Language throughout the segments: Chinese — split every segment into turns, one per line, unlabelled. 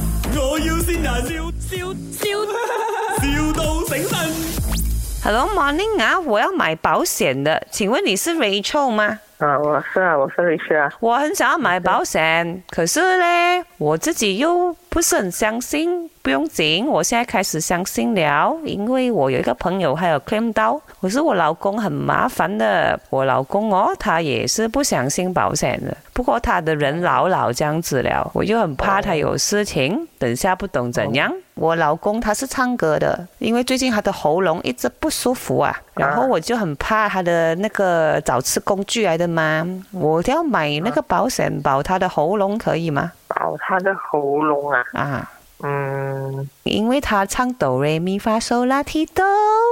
要先人，笑笑笑，, 笑到醒神。
Hello morning 啊，我要买保险的，请问你是 Rachel 吗？
啊，我是啊，我是律师啊。
我很想要买保险，可是嘞，我自己又不是很相信。不用紧，我现在开始相信了，因为我有一个朋友还有 claim 到，可是我老公很麻烦的，我老公哦，他也是不相信保险的，不过他的人老老这样子了，我就很怕他有事情，等下不懂怎样。哦我老公他是唱歌的，因为最近他的喉咙一直不舒服啊，然后我就很怕他的那个找吃工具来的嘛，我要买那个保险保他的喉咙可以吗？
保他的喉咙啊，
啊。
嗯，
因为他唱哆来咪发嗦拉提哆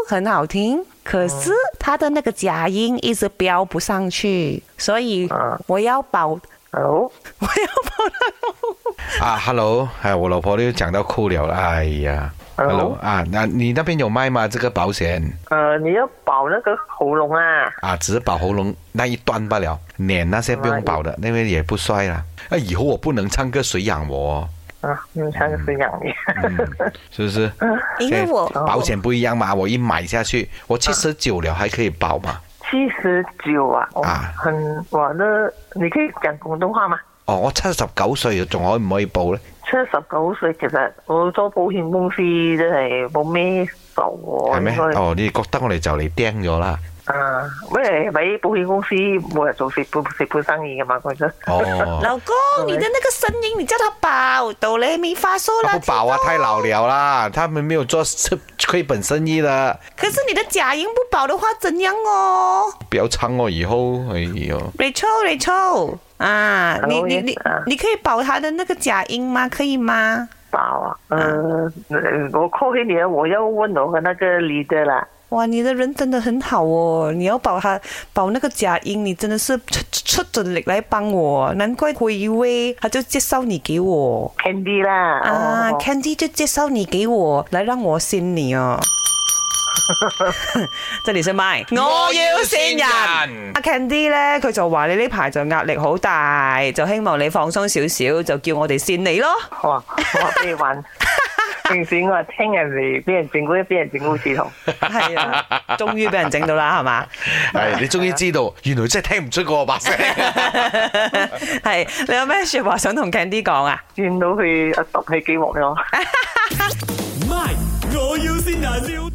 很好听，可是他的那个假音一直飙不上去，所以
啊
我要保，我
哦，
要保
啊，Hello，哎，我老婆又讲到哭了，哎呀
Hello
，Hello 啊，那你那边有卖吗？这个保险
呃，你要保那个喉咙啊，
啊，只保喉咙那一段罢了，脸那些不用保的，那边也不帅啦。那、以后我不能唱歌，谁养我、哦？
啊，你三个是养你，
嗯，是不是？
因为我，
现在保险不一样嘛，我一买下去，我七十九了还可以保嘛。
七十九啊，哦
啊
很哇，那你可以讲广东话吗？
哦，我七十九歲仲可唔可以報呢？
七十九歲其實好多保險公司真係冇咩做喎，
係咩？
應該
哦，你覺得我哋就嚟釘咗啦？
啊，因為喺保險公司冇人做蝕本蝕本生意噶嘛，講真。
哦
老公，你的那个声音，你叫他保哆来咪发嗦拉
不
提哆
保啊，太老了啦，他们没有做亏本生意啦。
可是你的假音不保的话怎样哦
不要唱我以后，哎 呦，
？Rachel，Rachel 啊，你
Hello，
你
yes，
你
啊
你可以保他的那个假音吗？可以吗？
保啊，呃，我 call 起你，啊我要問我嘅那個 leader 啦，
哇，你的人真的很好哦！你要保他保那个假音，你真的是出出出准力来帮我，难怪我以为他就介绍你给我
Candy 啦，
啊、
哦
c a n d y 就介绍你给我来让我信你哦。 这里是麦，我要善人。阿 Candy 咧，佢就話你呢排就壓力好大，就希望你放鬆少少，就叫我哋善你 咯。
我話我話哦 俾你玩。平時我係聽人哋俾人整蠱，俾人整蠱市同。
係啊，終於俾人 整到啦，係嘛？
哎系你终于知道，原来真系听唔出我把声。
係，你有咩说話想同 Candy 講啊？
轉到去阿揼起幾鑊咯。
My，我要先人，笑